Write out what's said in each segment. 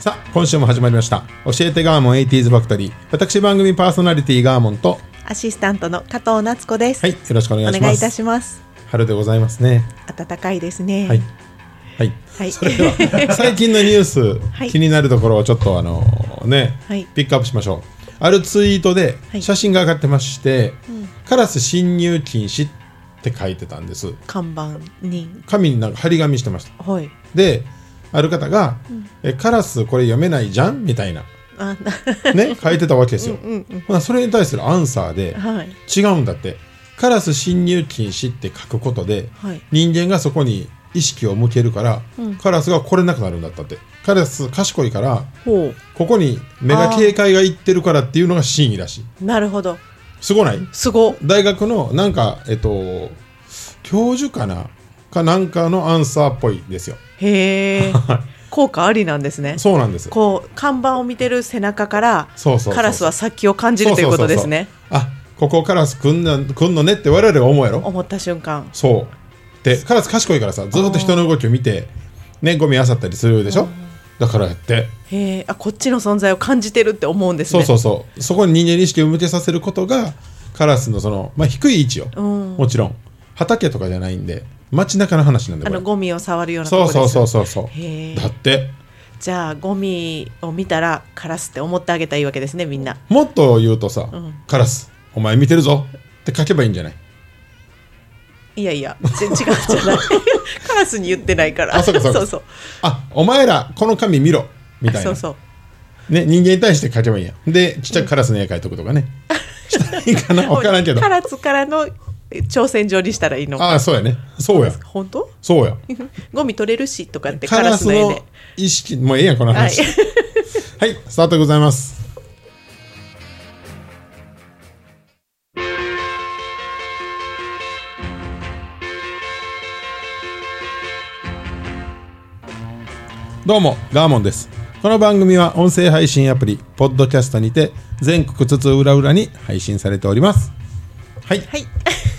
さあ今週も始まりました教えてガーモン 80s ファクトリー私番組パーソナリティガーモンとアシスタントの加藤夏子です。はいよろしくお願いしおます願いいたします。春でございますね暖かいですね。はい。はい。はいそれでは、最近のニュース、はい気になるところをちょっとあのね、はいピックアップしましょう。あるツイートではい写真が上がってまして、カラス侵入禁止って書いてたんです。 看板人。紙になんか張り紙してました。はい。で、ある方が、えカラスこれ読めないじゃんみたいな、あ、 ね、書いてたわけですよ。うんうん。ほなそれに対するアンサーで、はい。違うんだって。カラス侵入禁止って書くことで、はい人間がそこに意識を向けるから、カラスが来れなくなるんだったって。カラス賢いから、ほここに目が警戒がいってるからっていうのが真意らしい。う。なるほど。すごないすご。大学のなんか、えっと、教授かなかなんかのアンサーっぽいですよ。へえ。効果ありなんですね。そうなんです。こう看板を見てる背中からそうそうそうそうカラスは先を感じるということですね。そうそうそうそう。あ、ここカラス来んなん来んのねって我々は思うやろ思った瞬間。そうでカラス賢いからさずっと人の動きを見てねゴミ漁ったりするでしょだからやってへえ。あ、こっちの存在を感じてるって思うんですそうね。そううそうそこに人間に意識を向けさせることがカラスのその、まあ、低い位置を、うんもちろん畑とかじゃないんで街中の話なんであこれのゴミを触るようなとこそろうです。そうそうそうそうへえだってじゃあゴミを見たらカラスって思ってあげたらいいわけですねみんな。もっと言うとさ、んカラスお前見てるぞって書けばいいんじゃないいやいや、ち違うじ ゃない。カラスに言ってないから。あそうかそうかそうそう。あお前らこの紙見ろみたいなそうそう。ね、人間に対して書けばいいんやでちっちゃくカラスの絵描いとくとかね、したらいいか な分からんけどカラスからのえ挑戦状にしたらいいの。ああそうやねそうや本当？ そうやゴミ取れるしとかってカカララススの絵ので。意識もうええやんこのはい話。はい、スタートでございますどうもガーモンですこの番組は音声配信アプリポッドキャストにて全国津々浦々に配信されておりますはい、はい。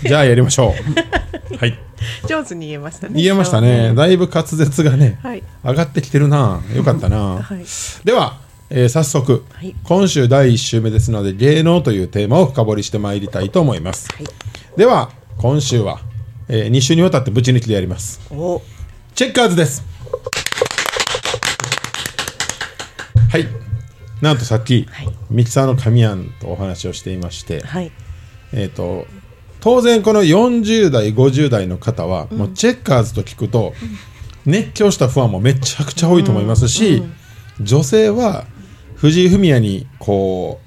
じゃあやりましょ うはい上手に言えましたね。言えましたね。だいぶ滑舌がね、はい上がってきてるな。よかったな。はいでは、えー早速、はい今週第1週目ですので、芸能というテーマを深掘りしてまいりたいと思います。はいでは、今週は、え2週にわたってぶち抜きでやります。お、チェッカーズです。はい。なんとさっき、はいミキサーの神庵とお話をしていまして、はい。えー、と当然この40代50代の方は、もうチェッカーズと聞くと、熱狂したファンもめちゃくちゃ多いと思いますし、女性は藤井フミヤにこ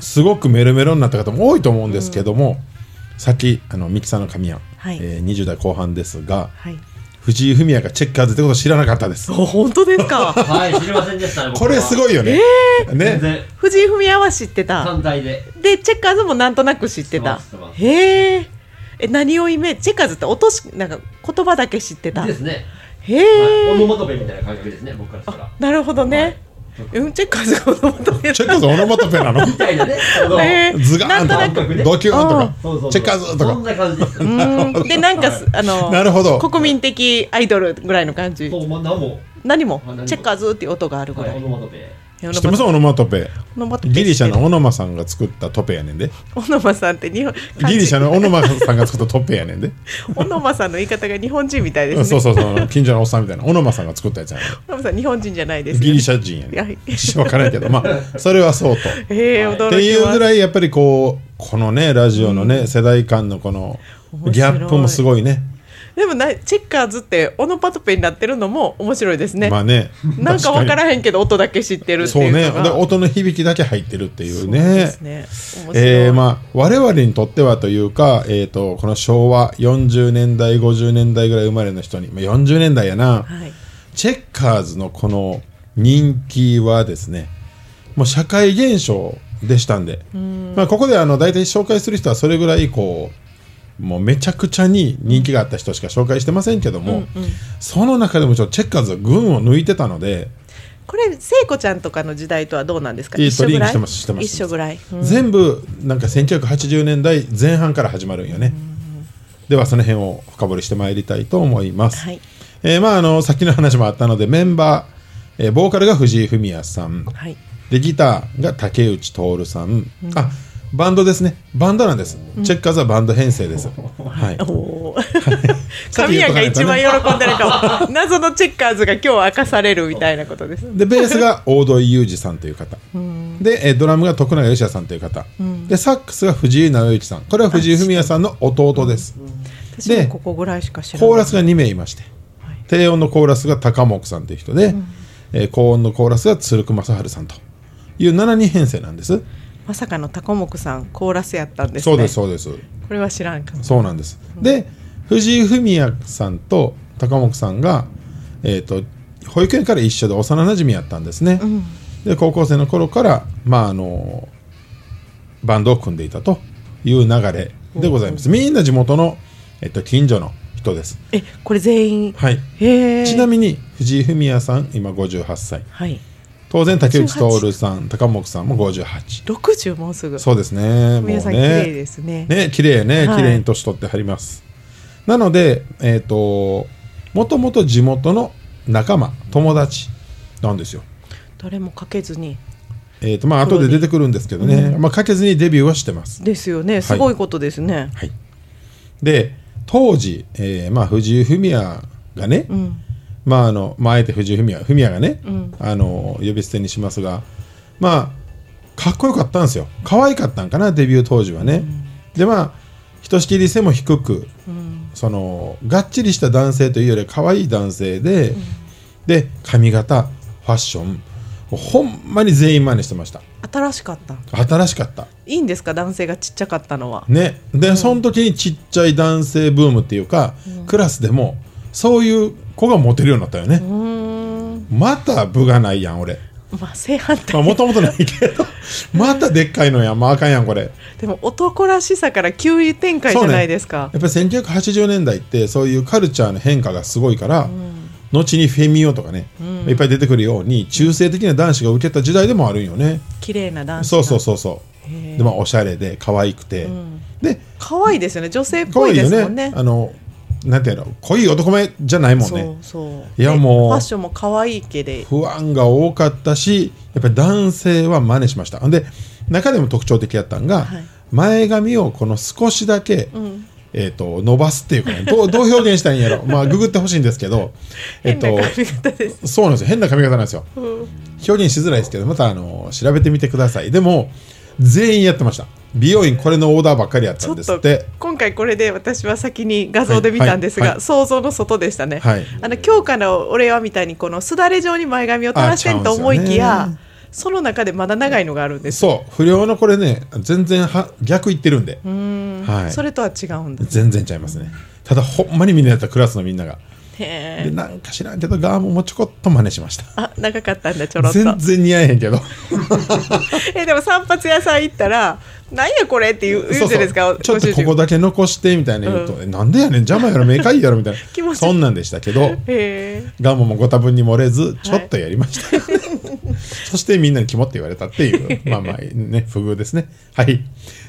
うすごくメロメロになった方も多いと思うんですけども、さっきあのミキさんの神谷、はいえー20代後半ですがはい。藤井フミヤがチェッカーズってこと知らなかったです。お、本当で すか。はい、知りませんでしたね。僕こはれすごいよね。全ね然、藤井フミヤは知ってた。単体で。で、チェッカーズもなんとなく知ってた知ってま。すへえ。え、何をイメージ？チェッカーズって音し、なんか言葉だけ知ってた。ですね。へはい、オノえ。マトペみたいな感覚ですね、僕からした ら。なるほどね。うん、チェッカーズが子供と言うチェッカーズオノマトペなのみたいなね。あのへーズガーンとなかんとなくドキューンとかそうそうそうチェッカーズとそんかな感じです。もなく。で、なんかす、あの、なるほど国民的アイドルぐらいの感じ。う、まあ、何も。何も何もチェッカーズっていう音があるぐはらい、オい。ノマトペ。知ってますオノマトペオノマトペギリシャのオノマさんが作ったトペやねんでオノマさんって日本ギリシャのオノマさんが作ったトペやね んでオノマさんの言い方が日本人みたいですうね。んそうそうそう近所のおっさんみたいなオノマさんが作ったやつやねんオノマさん日本人じゃないです、ギリャ。シャ人やはねいん分からんけどまあそれはそうとっへえ、驚きます。ていうぐらいやっぱりこうこのねラジオのね世代間のこのギャップもすごいねでもなチェッカーズってオノパトペになってるのも面白いですね、まあねなんか分かんらへんけど音だけ知ってるってそういうねのがで音の響きだけ入ってるっていうねそうですね面白い、えーまあ、我々にとってはというか、えー、とこの昭和40年代50年代ぐらい生まれの人に、まあ、40年代やな、はい、チェッカーズのこの人気はですねもう社会現象でしたんでまあ、ここであの大体紹介する人はそれぐらいこうもうめちゃくちゃに人気があった人しか紹介してませんけども、その中でもちょっとチェッカーズは群を抜いてたので、これ聖子ちゃんとかの時代とはどうなんですかえー一緒ぐらいリンクしてますしてます一緒ぐらい、うん全部なんか1980年代前半から始まるんよね。ではその辺を深掘りしてまいりたいと思います。はいえーまああのさっきの話もあったのでメンバー、えーボーカルが藤井フミヤさんはいでギターが竹内徹さん、あバンドですねバンドなんです、チェッカーズはバンド編成です、はい、おー神谷が一番喜んでるかも 謎のチェッカーズが今日明かされるみたいなことです でベースが大戸井裕二さんという方でえードラムが徳永義也さんという方、でサックスが藤井直之さんこれは藤井フミヤさんの弟です、私もここぐらいしか知らないコーラスが2名いまして、低音のコーラスが高木さんという人で、えー高音のコーラスが鶴久正治さんという7人編成なんですまさかのタコモクさんコーラスやったんですねそうですそうですこれは知らんかもそうなんです、で藤井フミヤさんと高木さんが、えー、と保育園から一緒で幼なじみやったんですね、で高校生の頃から、まあ、あのバンドを組んでいたという流れでございます、みんな地元の、えっと近所の人ですえこれ全員はいへえちなみに藤井フミヤさん今58歳はい当然竹内徹さん高木さんも58 60もうすぐそうですねもう皆さん綺麗ねですねね綺麗ねはい綺麗に年取ってはります、なのでえっ、ともともと地元の仲間友達なんですよ誰もかけずにえっ、とまあ後で出てくるんですけどね、まあかけずにデビューはしてますですよねすごいことですね、はいで当時、えーまあ藤井フミヤがね、うんまああのまあ、あえて藤井フミヤフミヤがね、んあの呼び捨てにしますがまあかっこよかったんですよ可愛かったんかなデビュー当時はね、でまあひとしきり背も低く、そのがっちりした男性というよりは可愛い男性で、で髪型ファッションもうほんまに全員真似してました新しかった新しかったいいんですか男性がちっちゃかったのはねで、その時にちっちゃい男性ブームっていうか、クラスでもそういう子がモテるようになったよね、うーんまた部がないやん俺まあ正反対、まあもともとないけど またでっかいのやんまああかんやんこれやっでも男らしさから急に展開じゃないですか、ぱり1980年代ってそういうカルチャーの変化がすごいから、後にフェミオとかね、いっぱい出てくるように中性的な男子が受けた時代でもあるんよね、綺麗な男子そうがそうそうそうでまあおしゃれで可愛くて、で可愛いですよね女性っ可ぽ愛いいでよすねもんねあのなんていうの濃い男前じゃないもんそねうそういやもうファッションも可愛いけで不安が多かったしやっぱり男性は真似しましたで中でも特徴的やったんが、はい前髪をこの少しだけ、えー、と伸ばすっていうか、ね、ど うどう表現したらいいんやろまあググってほしいんですけど、えっ変とな髪型です、そうなんですよ変な髪型なんですよ、表現しづらいですけどまたあの調べてみてくださいでも全員やってました美容院これのオーダーばっかりやったんでちすょっっとて今回これで私は先に画像で見たんですが、はいはい想像の外でしたね、はいあの今日からお礼はみたいにこのすだれ状に前髪を垂らしてると思いきあちゃうんやその中でまだ長いのがあるんです、そう不良のこれね全然は逆言ってるんではい、それとは違うんだ全然ちゃいますねただほんまにみんなやったクラスのみんながへでーなんか知らんけどガーモンもちょこっと真似しましたあ長かったんだちょろっと全然似合えへんけどえでも散髪屋さん行ったら「なんやこれ」って言う言うじゃないですかちょっとご主こ人こだけ残してみたいな言うと、えなんでやねん邪魔やろ目かいやろみたい 気な持ちそんなんでしたけどへーガーモンもご多分に漏れずちょっとやりました、 そしてみんなにキモって言われたっていうまあまあね不遇ですねはい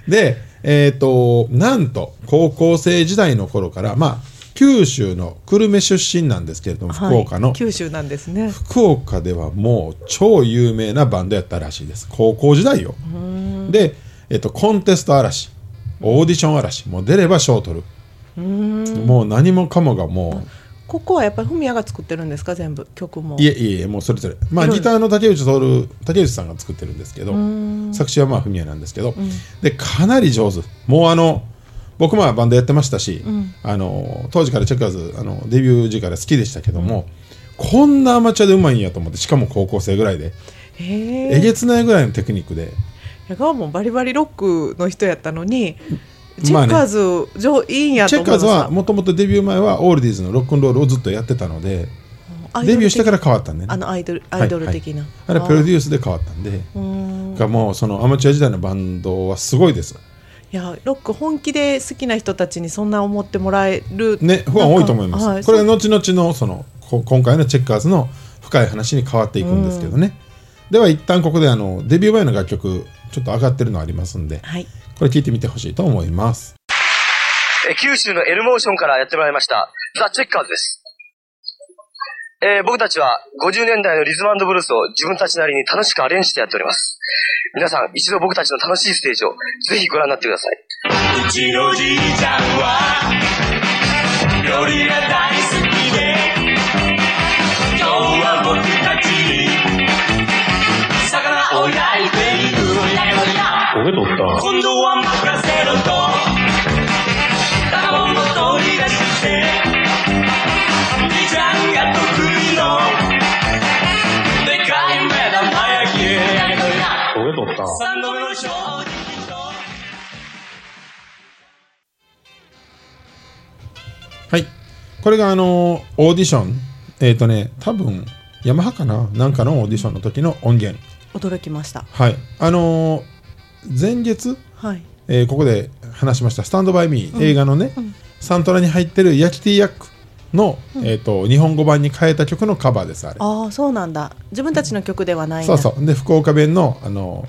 でえっ、となんと高校生時代の頃からまあ九州の久留米出身なんですけれどもはい福岡の、九州なんですね福岡ではもう超有名なバンドやったらしいです高校時代よで、えっと、コンテスト嵐オーディション嵐もう出れば賞を取るもう何もかもがもここはやっぱりフミヤが作ってるんですか全部曲もういえいえいえもうそれぞれまあいろいろギターの竹内徹竹内さんが作ってるんですけど作詞はまあフミヤなんですけどでかなり上手もうあの僕もバンドやってましたし、あの当時からチェッカーズあのデビュー時から好きでしたけども、こんなアマチュアでうまいんやと思ってしかも高校生ぐらいでへえげつないぐらいのテクニックでえガーモンバリバリロックの人やったのにチまェあねッカーズ上いいんやチとェッカーズ思いましはたもともとデビュー前はオールディーズのロックンロールをずっとやってたのでアイデドル的ビューしてから変わったんでねあのアイドルアイドル的はいな、はいあれプロデュースで変わったんでうーんがもうそのアマチュア時代のバンドはすごいですいやロック本気で好きな人たちにそんな思ってもらえるね不安多いと思います、なんかはいこれがそう後々のそのこ今回のチェッカーズの深い話に変わっていくんですけどね、では一旦ここであのデビュー前の楽曲ちょっと上がってるのありますんではいこれ聞いてみてほしいと思いますえー九州のエルモーションからやってもらいました、ザ・チェッカーズです。えー僕たちは50年代のリズムブルースを自分たちなりに楽しくアレンジしてやっております。皆さん、一度僕たちの楽しいステージをぜひご覧になってください。うちのじいちゃんは料理が大好きで今日は僕たちに魚を焼いている今度は任せろと卵を取り出してじいちゃんが得意のでかい目玉焼き三度目の正直とはいこれがあのオーディションえっ、とね多分ヤマハかななんかのオーディションの時の音源驚きましたはいあのー前月はいえーここで話しました「スタンド・バイ・ミー」映画のね、サントラに入ってる「ヤキティ・ヤックの」えー、と日本語版に変えた曲のカバーですあれああそうなんだ自分たちの曲ではないんそだうそうで福岡弁の「あの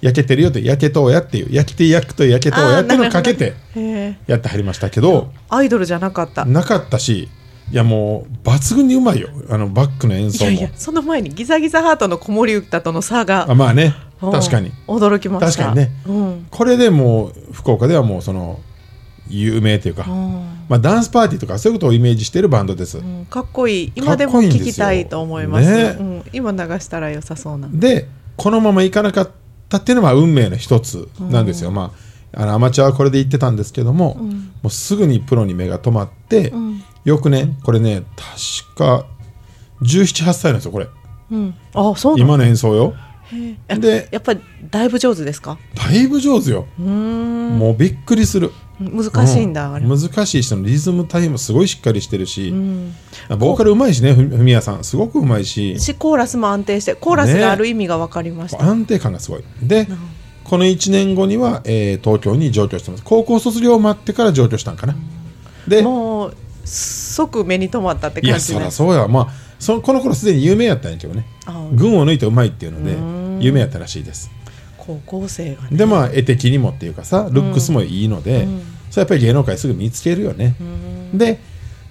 焼けてるよ」と「焼けとうや」っていう「ヤキティ・ヤック」と「焼けとうや」っていうのをかけてへえやってはりましたけどアイドルじゃなかったなかったしいやもう抜群にうまいよあのバックの演い奏やもいやその前にギザギザハートの子守歌との差あがまあねうん確かに驚きました確かにねうんこれでもう福岡ではもうその有名というか、うんまあ、ダンスパーティーとかそういうことをイメージしてるバンドです、うんかっこいい今でも聞きたいと思いまかっこいいんですすうん今流したら良さそうなでこのままいかなかったっていうのは運命の一つなんですよ、まああのアマチュアはこれで行ってたんですけども、もうすぐにプロに目が止まって、よくねこれね確か1718歳なんですよこれうんああそうなん今の演奏よだでやっぱりだいぶ上手ですかだいぶ上手よもうびっくりする難しいんだ、うあれ難しいしそのリズム体もすごいしっかりしてるし、ボーカルうまいしねふみふみやさんすごくうまいししコーラスも安定してコーラスがある意味が分かりました、安定感がすごいでこの1年後には、えー東京に上京してます高校卒業を待ってから上京したんかなでもう即目に留まったってい感やじそねらそうやまあそこの頃すでに有名やったんやけどねあ群を抜いてうまいっていうので有名やったらしいです高校生がねでまあ絵的にもっていうかさルックスもいいので、それやっぱり芸能界すぐ見つけるよね、で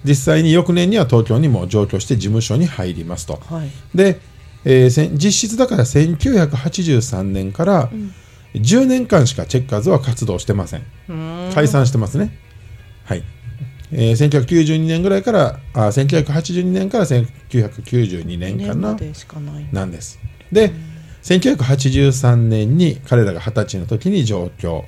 実際に翌年には東京にも上京して事務所に入りますと、はいで、えーせん実質だから1983年から10年間しかチェッカーズは活動してません、解散してますねはい、えー1992年ぐらいからあ1982年から1992年か年まなでしかないなんですで、1983年に彼らが二十歳の時に上京、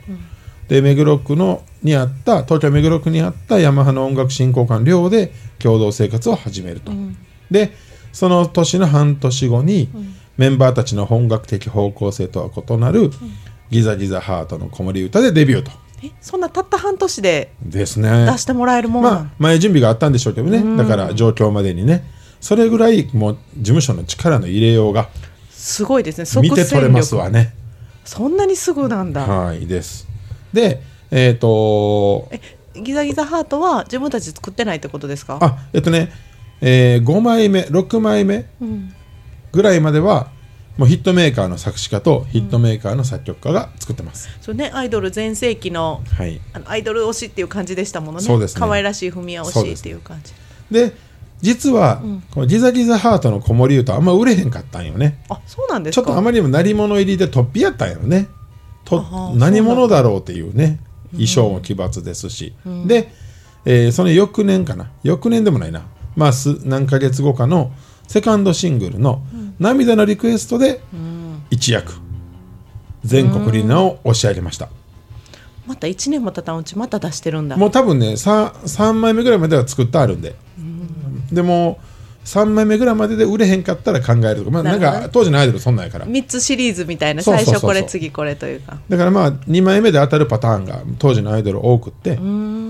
で目黒区のにあった東京目黒区にあったヤマハの音楽振興館寮で共同生活を始めると、でその年の半年後に、メンバーたちの本格的方向性とは異なる、ギザギザハートの子守歌でデビューとえそんなたった半年でですね出してもらえるもんなのまあ、前準備があったんでしょうけどね、だから上京までにねそれぐらいもう事務所の力の入れようがすごいですね即見戦て力取れますわね。そんなにすぐなんだ、はいです。で、えっ、とえギザギザハートは自分たちで作ってないってことですかあえっとね、え5枚目6枚目ぐらいまでは、もうヒットメーカーの作詞家とヒットメーカーの作曲家が作ってます。そうねアイドル全盛期のはい、あのアイドル推しっていう感じでしたものねそうですね可愛らしい文也そう推しでっすていう感じで実は、このギザギザハートの子守歌あんま売れへんかったんよね。あそうなんですちょかっとあまりにも鳴り物入りで突飛やったんやろねあとー何者だろうっていうね衣装も奇抜ですし、で、えーその翌年かな翌年でもないなまあす何ヶ月後かのセカンドシングルの「涙のリクエスト」で一躍全国リーナを押し上げました、また1年も経たんうちまた出してるんだもう多分ね 3, 3枚目ぐらいまでは作ってあるんで、でも3枚目ぐらいまでで売れへんかったら考えるとか,、まあ、ななるんほどか当時のアイドルそんなんやから3つシリーズみたいなそうそう最そうそう初これ次これというかだからまあ2枚目で当たるパターンが当時のアイドル多くって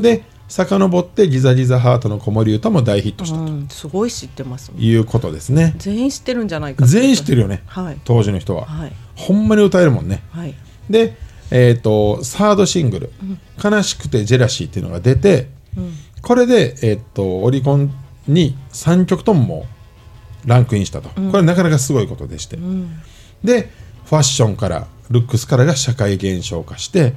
で遡って「ギザギザハートの子守歌」も大ヒットしたとうんすごい知ってますもんいうことですね、全員知ってるんじゃないか全員知ってるるよね、はい当時の人は、はいほんまに歌えるもんねはいでえっ、とサードシングル「悲しくてジェラシー」っていうのが出て、これで、えっとオリコンに3曲とももランクインしたと、これなかなかすごいことでして、でファッションからルックスからが社会現象化して、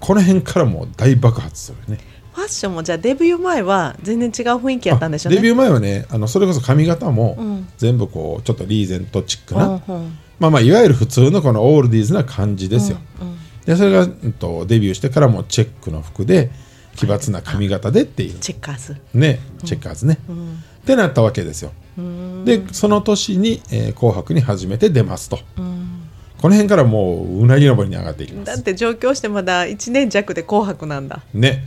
この辺からもう大爆発するねファッションもじゃあデビュー前は全然違う雰囲気やったんでしょうねデビュー前はねあのそれこそ髪型もん全部こうちょっとリーゼントチックな、うんうんまあまあいわゆる普通のこのオールディーズな感じですよ。でそれが、うんと、デビューしてからもチェックの服で奇抜な髪型でっていうチェッカーズねチェッカーズね。ってなったわけですよ。でその年に、えー紅白」に初めて出ますと。この辺からもううなぎ登りに上がっていきまだすっ。て上京してまだ1年弱で「紅白」なんだね。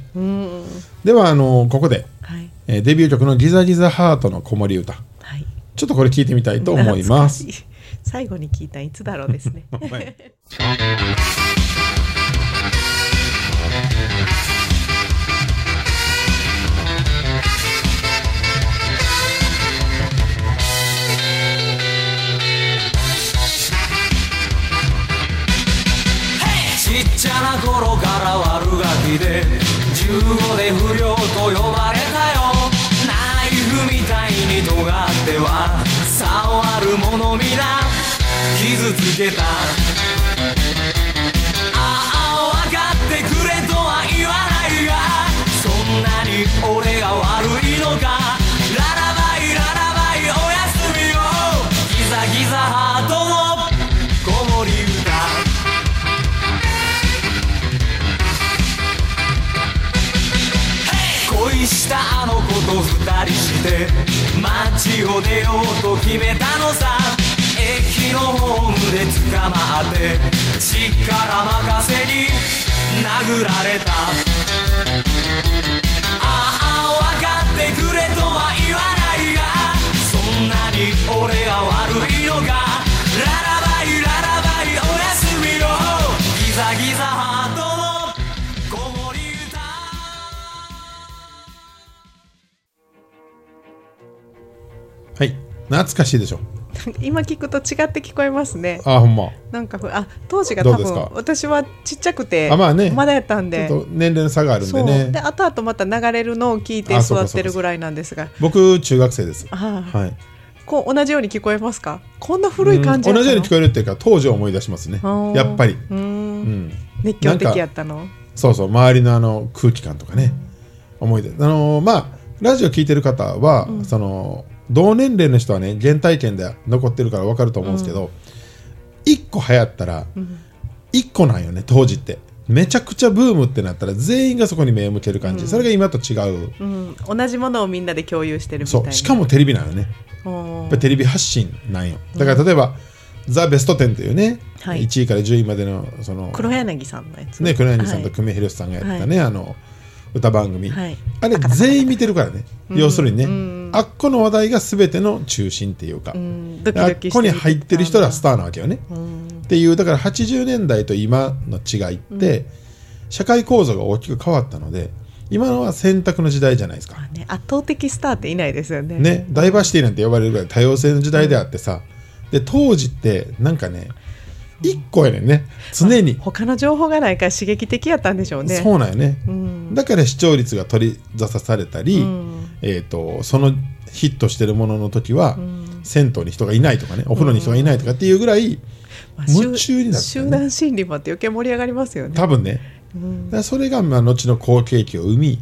ではあのここで、はいえーデビュー曲の「ギザギザハートの子守歌」はいちょっとこれ聞いてみたいと思います。懐かしい最後に聞いたんいつだろうですね はいちっちゃな頃から悪ガキで15で不良と呼ばれたよナイフみたいに尖っては触るもの皆傷つけたああ分かってくれとは言わないがそんなに俺が悪いのかララバイララバイおやすみよギザギザハートの子守歌恋したあの子と二人して街を出ようと決めたのさ駅のホームで捕まって力任せに殴られたああ分かってくれとは言わないがそんなに俺が悪いのかララバイララバイおやすみよギザギザハートの子守歌はい、懐かしいでしょ。今聞くと違って聞こえますねあーほんま。なんかふあ当時が多どうです分か私はちっちゃくてあまあねだやったんちょでっと年齢の差があるんそでうねで。後々また流れるのを聞いてあそう座かってるぐらいなんですが僕中学生です。あーはい。こう同じように聞こえますかこんな古い感じうん同じように聞えこえるっていうか当時を思い出しますねやっぱり、ううんん、熱狂的やったのそうそう周りのあの空気感とかね、思い出あのーまあラジオ聞いてる方は、その同年齢の人はね原体験で残ってるから分かると思うんですけど、一1個流行ったら1個なんよね当時ってめちゃくちゃブームってなったら全員がそこに目を向ける感じ、それが今と違う、うん同じものをみんなで共有してるみたそいなうしかもテレビなのね、おやっーぱりテレビ発信なんよだから例えば「ザ・ベスト10」というね、はい1位から10位までのその黒柳さんのやつね黒柳さんとはい久米宏さんがやったね、あの歌番組、はいあれ全員見てるからね、要するにね、あっこの話題が全ての中心っていうか、うんドキあドっキしてこに入ってる人らスーターなわけよね、っていうだから80年代と今の違いって、社会構造が大きく変わったので今のは選択の時代じゃないですか、ね圧倒的スターっていないですよねね、ダイバーシティなんて呼ばれるぐらい多様性の時代であってさ、で当時ってなんかね一個やねんね常に、他の情報がないから刺激的やったんでしょうねそうなんよね、んだから視聴率が取り沙汰されたり、えー、とそのヒットしてるものの時は、銭湯に人がいないとかねお風呂に人がいないとかっていうぐらい、まあ集夢中になったよね集団心理もあって余計盛り上がりますよね多分ね、だからそれがまあ後の好景気を生み、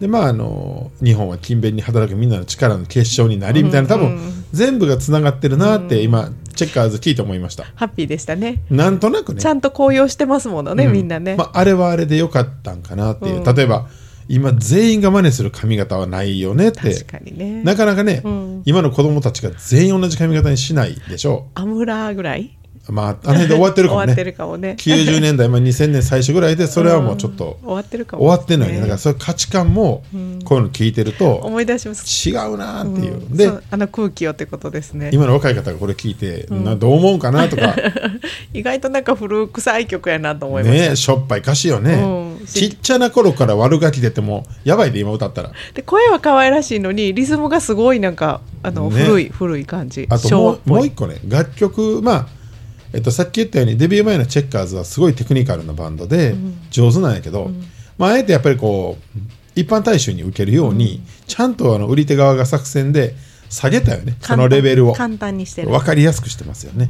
でまああの日本は勤勉に働くみんなの力の結晶になりみたいな、多分全部がつながってるなって今、チェッカーズ聞いて思いましたハッピーでしたねなんとなくねちゃんと紅葉してますものね、みんなね、まあ、あれはあれでよかったんかなっていう、例えば今全員が真似する髪型はないよねって確かにねなかなかね、今の子供たちが全員同じ髪型にしないでしょアムラーぐらいうまあ、あの辺で終わってるかも 終わってるね。かもね。 90年代、まあ、2000年最初ぐらいで、それはもうちょっと 終わってるかも、終わってんのよね。だかねら、そういう価値観も、こういうの聞いてると、思い出します。違うなーっていう。うんでそ、うあの空気をってことですね。今の若い方がこれ聞いて、などう思うかなとか、 意外となんか古臭い曲やなと思いました。ねしょっぱい歌詞よね、うんちっちゃな頃から悪ガキ出てもやばいで今歌ったらで声は可愛らしいのにリズムがすごいなんかあの、ね古い古い感じ。あとも昭和っうぽもうい一個ね楽曲まあ、えっと、さっき言ったようにデビュー前のチェッカーズはすごいテクニカルなバンドで上手なんやけど、まあ、あえてやっぱりこう一般大衆に受けるように、ちゃんとあの売り手側が作戦で下げたよねそ簡単のレベルを簡単にしてる。分かりやすくしてますよね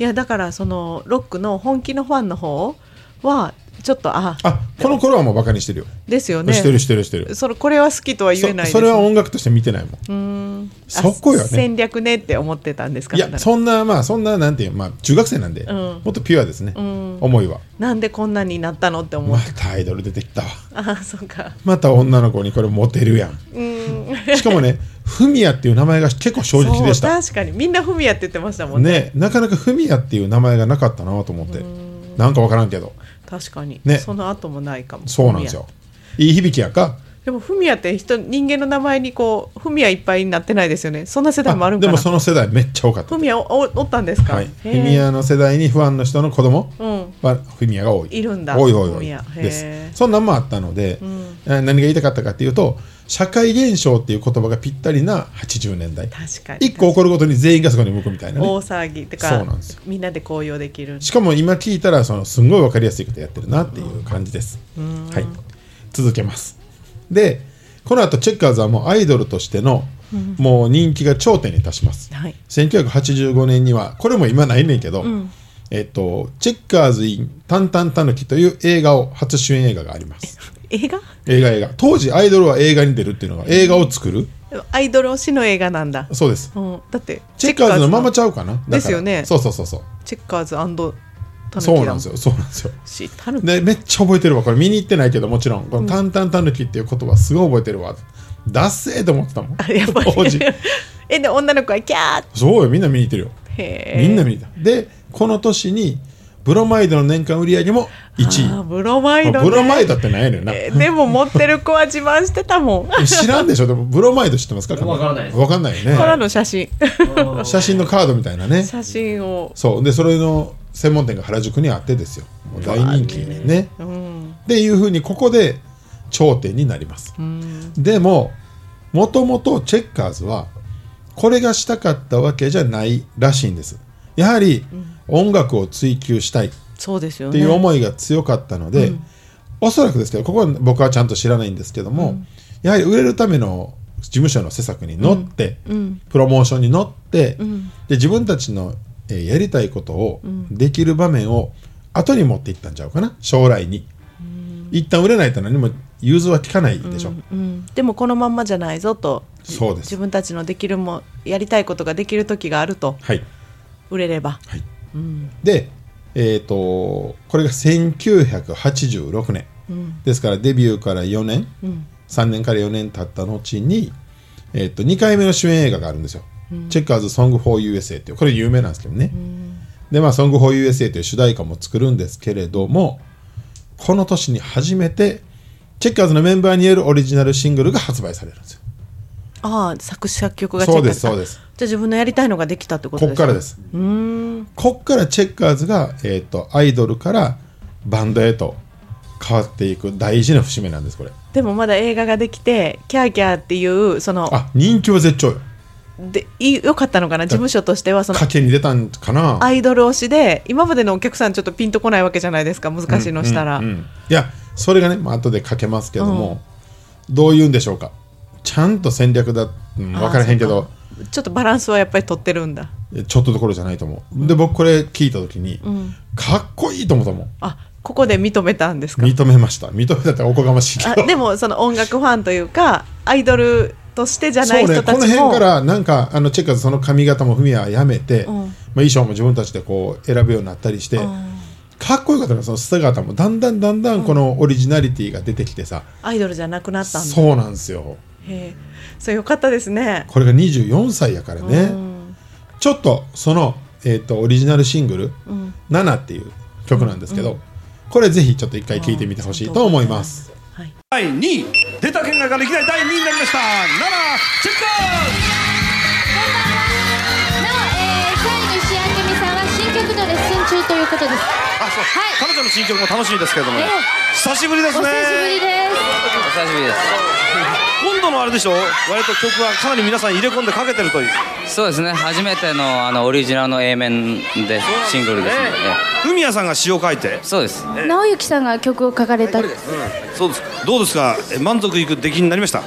いやだからそのロックの本気のファンの方はちょっとああこの頃はもうバカにしてるよ、ですよね。してるしてるしてるそのこれは好きとは言えなそいです。それは音楽として見てないもんうんそこよねあ戦略ねって思ってたんですかいやそんなまあそんななんていうまあ中学生なんで、んもっとピュアですね、ん思いはなんでこんなになったのって思まって、たアイドル出てきたわああそうかまた女の子にこれモテるやんうんしかも ねフミヤっていう名前が結構正直でしそうた確かにみんなフミヤって言ってましたもんねねなかなかフミヤっていう名前がなかったなと思ってなんかわからんけど確かに、ねその後もないかもそうなんですよいい響きやんかフミヤでもフミヤって人人間の名前にこうフミヤいっぱいになってないですよねそんな世代もあるあんかでなもその世代めっちゃ多かったフミヤおおおったんですか、はい、フへーィミヤの世代に不安の人の子供うんはフィミヤが多い。いるんだ多い多いフ多いィミヤへーです。そんなんもあったので、えー何が言いたかったかっていうと、社会現象っていう言葉がぴったりな80年代。確かに一個起こるごとに全員がそこに向くみたいな大ね。騒ぎってそかうなんですよみんなで高揚できるしかも今聞いたら、そのすんごい分かりやすいことやってるなっていう感じです。はい。続けます。で、この後チェッカーズはもうアイドルとしての、もう人気が頂点に達します。はい1985年にはこれも今ないねんけど、えっと、チェッカーズ・イン・タンタン・タヌキという映画を初主演映画があります映画映画映画当時アイドルは映画に出るっていうのが映画を作るアイドル推しの映画なんだ、そうですうん、だってチェッカーズのままちゃゃうかなだからですよねそうそうそうそうチェッカーズタヌキそうなんですよよそうなんですよしタヌキでめっちゃ覚えてるわこれ見に行ってないけどもちろんこの「タンタンタヌキ」っていう言葉すごい覚えてるわダッセーと思ってたもんあやっぱり当時 えで女の子はキャーそうよみんな見に行ってるよへーみんな見に行ったでこの年にブロマイドの年間売り上げも1あー位ブロマイド、まあね、ブロマイドってなんやねんな。えーでも持ってる子は自慢してたもん こ知らんでしょでもブロマイド知ってますか わからないですわかんないよらね。の写真写真のカードみたいなね。写真をそう。で、それの専門店が原宿にあってですよ。もう大人気ね。ねうんっていうふうに、ここで頂点になります。でも、もともとチェッカーズは、これがしたかったわけじゃないらしいんです。やはり、音楽を追求したい。そうですよってねいう思いが強かったので、おそらくですけどここは僕はちゃんと知らないんですけども、やはり売れるための事務所の施策に乗って、プロモーションに乗って、で自分たちの、えーやりたいことをできる場面を後に持っていったんちゃうかな将来に、一旦売れないと何も融通は効かないでしょ、うん、でもこのまんまじゃないぞとそうです自分たちのできるもやりたいことができる時があるとはい売れればで、えー、とこれが1986年、ですからデビューから4年、3年から4年経った後に、えー、と2回目の主演映画があるんですよ「チェッカーズ・ソング・フォー・ USA」っていうこれ有名なんですけどね、でまあ「ソング・フォー・ USA」という主題歌も作るんですけれどもこの年に初めてチェッカーズのメンバーによるオリジナルシングルが発売されるんですよああ作詞作曲がそうですチェッカーズそかじゃあ自分のやりたいのができたってこことでっすかからですうーんこっからチェッカーズが、えー、とアイドルからバンドへと変わっていく大事な節目なんですこれでもまだ映画ができてキャーキャーっていうそのあ人気は絶頂よでい良かったのかな事務所としてはその賭けに出たんかなアイドル推しで今までのお客さんちょっとピンとこないわけじゃないですか難しいのしたら、うんうんいやそれがね、まあ後でかけますけども、どういうんでしょうかちゃんと戦略だ、うん、分からへんけどちょっとバランスはやっぱり取ってるんだちょっとどころじゃないと思うで僕これ聞いた時に、かっこいいと思ったもんあここで認めたんですか認めました認めたっておこがましいけどあでもその音楽ファンというかアイドルとしてじゃないそうね人たこのち辺もからなんかあのチェッカーズその髪型もフミヤはやめて、まあ、衣装も自分たちでこう選ぶようになったりして、かっこよかったのその姿もだんだんだんだんこのオリジナリティが出てきてさ、アイドルじゃなくなったんだそうなんですよへえそれよかったですねこれが24歳やからね、ちょっとそのえー、とオリジナルシングル「ナナっていう曲なんですけど、これぜひちょっと一回聴いてみてほしいと思います。第2位出た見学ができない第2位になりましたならチェッカなお、えー、3位の石井明美さんは新曲のレッスン中ということです。ーあそう、彼女の新曲も楽しみですけれども、ええ久しぶりですおね久しぶりです。久しぶりです今度のあれでしょ割と曲はかなり皆さん入れ込んでかけてるというそうですね初めてのあのオリジナルの A 面でシングルですので、海谷さんが詩を書いてそうです直行さんが曲を書かれた。そうですどうですかえ満足いく出来になりました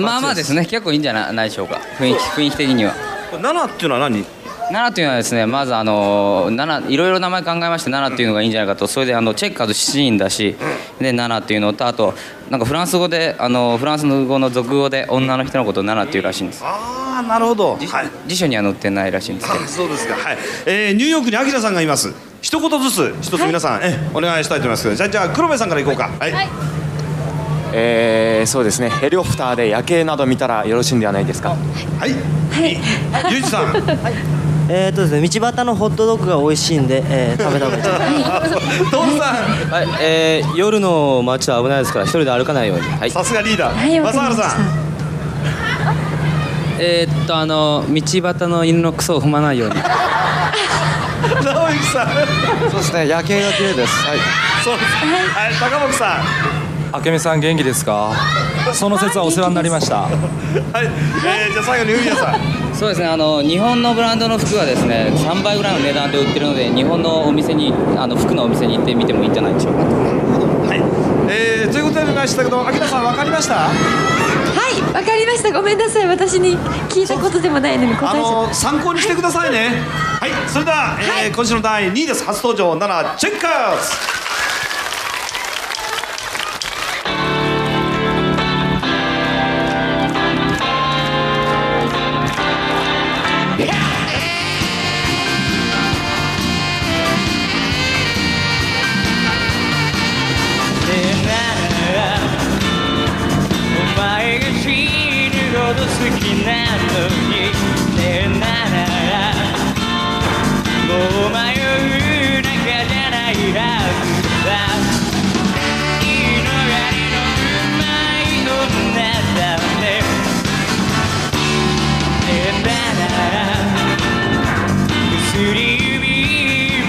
まあまあですね結構いいんじゃなないでしょうか雰囲気雰囲気的には7っていうのは何7というのはですねまずあの7いろいろ名前考えまして7っていうのがいいんじゃないかとそれであのチェッカーズ7人だしで7っていうのとあとなんかフランス語であのフランスの語の俗語で女の人のことを7っていうらしいんですああなるほどはい辞書には載ってないらしいんですけどあそうですかはい、えーニューヨークにアキラさんがいます一言ずつ一つ皆さん、ええお願いしたいと思いますけどじゃあじゃあ黒目さんからいこうかはい、はい。えー、そうですねヘリオプターで夜景など見たらよろしいんではないですかはいゆうじさんえーとですね、道端のホットドッグが美味しいんで、えー食べた方がいいです トムさんはいえー、夜の街は危ないですから一人で歩かないようにはいさすがリーダー、はいわ正かりま原したさんえー、っとあの道端の犬のクソを踏まないように直之さんそうですね夜景が綺麗ですはいそうですはい高本さん明美さん元気ですかその説はお世話になりましたはい、えー、じゃあ最後に海谷さんそうですねあの日本のブランドの服はですね3倍ぐらいの値段で売ってるので日本のお店にあの服のお店に行ってみてもいいんじゃないでしょうかとはい、えー、ということでお願いしたけどアキラさんわかりましたはい、わかりました。ごめんなさい。私に聞いたことでもないのに答あえちゃっのー、参考にしてくださいねはい、それでは、えー今週の第2位です初登場7チェッカーズお前が死ぬほど好きなのにねえならもう迷う中じゃないラブだ言い逃れのうまい女だねねえなら薬指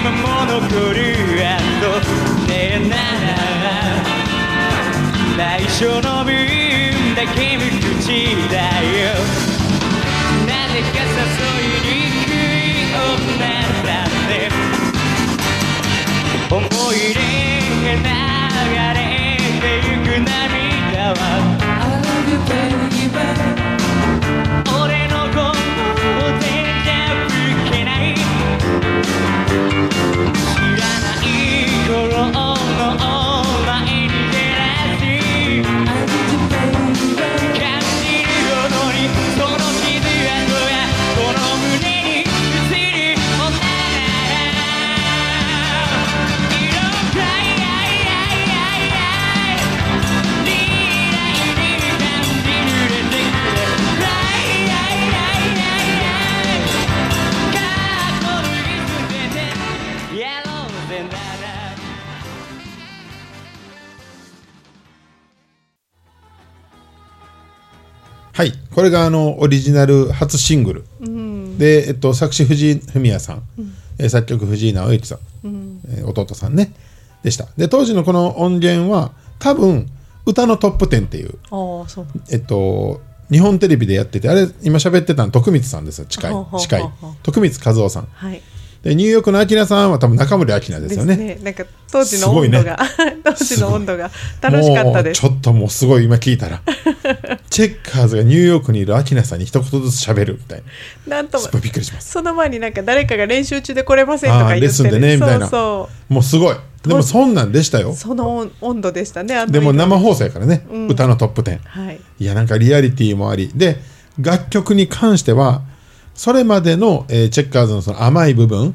も残る跡ねえなら内緒の分だけ無口だよなぜか誘いにくい女だって思い出が流れてゆく涙は I'll be baby 俺のことを全然受けない知らない頃のお前に照らし感じるほどにその傷跡がこの胸に移りもなら色変え未来に感じ濡れてくれ Fly 過去に全て Yellow than that. はいこれがあのオリジナル初シングル、で、えっと、作詞藤井フミヤさん、えー作曲藤井直之さん、えー弟さんねでしたで当時のこの音源は多分歌のトップ10っていうああそうなんえっと、日本テレビでやってて、あれ、今喋ってたの徳光さんですよ、近いほうほうほ。う近い。徳光和夫さん。はいで、ニューヨークのアキラさんは多分中森明菜ですよね。なんか当時の温度が、 当時の温度が楽しかったですもうちょっともうすごい今聞い たらチェッカーズがニューヨークにいるアキナさんに一言ずつ喋るみたいななんともすごいびっくりしますその前になんか誰かが練習中で来れませんとあかあーレ言って、ッスンでねみたいなそうもうすごいでもそんなんでしたそようその温度でしたねあのでも生放送やからね、歌のトップ10、はいいやなんかリアリティもありで楽曲に関してはそれまでの、えーチェッカーズのその甘い部分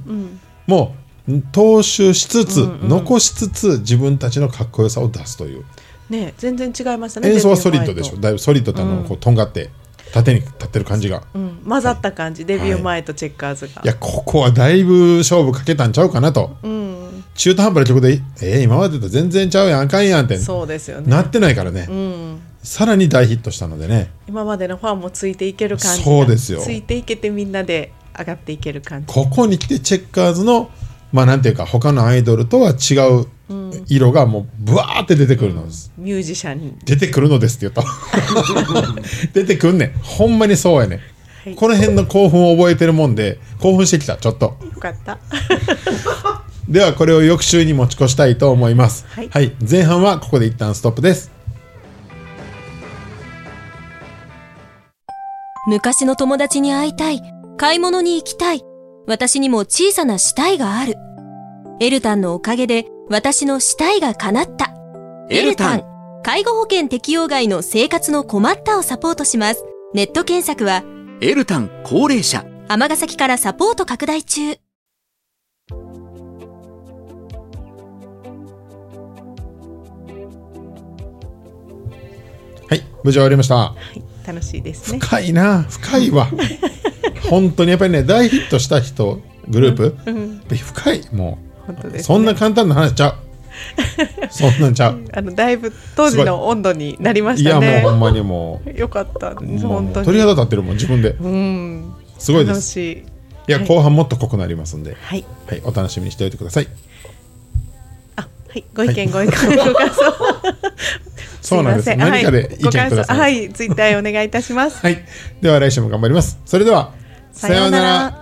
もん踏襲しつつ、残しつつ自分たちのかっこよさを出すというね全然違いましたね演奏はソリッドでしょ全然前だいぶソリッドってあの、こうとんがって縦に立ってる感じがうん混ざった感じデビュー前とチェッカーズが、いやここはだいぶ勝負かけたんちゃうかなとうん中途半端な曲でえー、今までと全然ちゃうやんあかんやんってそうですよねなってないからね、うんさらに大ヒットしたのでね今までのファンもついていける感じがそうですよついていけてみんなで上がっていける感じここに来てチェッカーズのまあなんていうか他のアイドルとは違う色がもうブワーって出てくるのです、ミュージシャンに出てくるのですって言っ た出てくんねんほんまにそうやねん、この辺の興奮を覚えてるもんで興奮してきたちょっとよか ったではこれを翌週に持ち越したいと思いますはい前半はここで一旦ストップです昔の友達に会いたい。買い物に行きたい。私にも小さな死体がある。エルタンのおかげで私の死体が叶った。エルタン。介護保険適用外の生活の困ったをサポートします。ネット検索は、エルタン高齢者尼崎からサポート拡大中。はい無事終わりました楽しいですね深いな深い わ本当にやっぱりね大ヒットした人グループ、うん深いも本当う、です、ね、そんな簡単な話 ちゃうそんなんちゃうあのだいぶ当時の温度になりまいしたやねもうほんまにもうよかったもう本当に鳥肌立ってるもん自分でうんすごいです楽しいいやはい後半もっと濃くなりますんではい、お楽しみにしておいてくださいはい、ご意見、はいご意見、ご感想。そうなんですいませ何かで意見はいくださいご感想はい、ツイッターへお願いいたします。では来週も頑張りますそれではさようなら。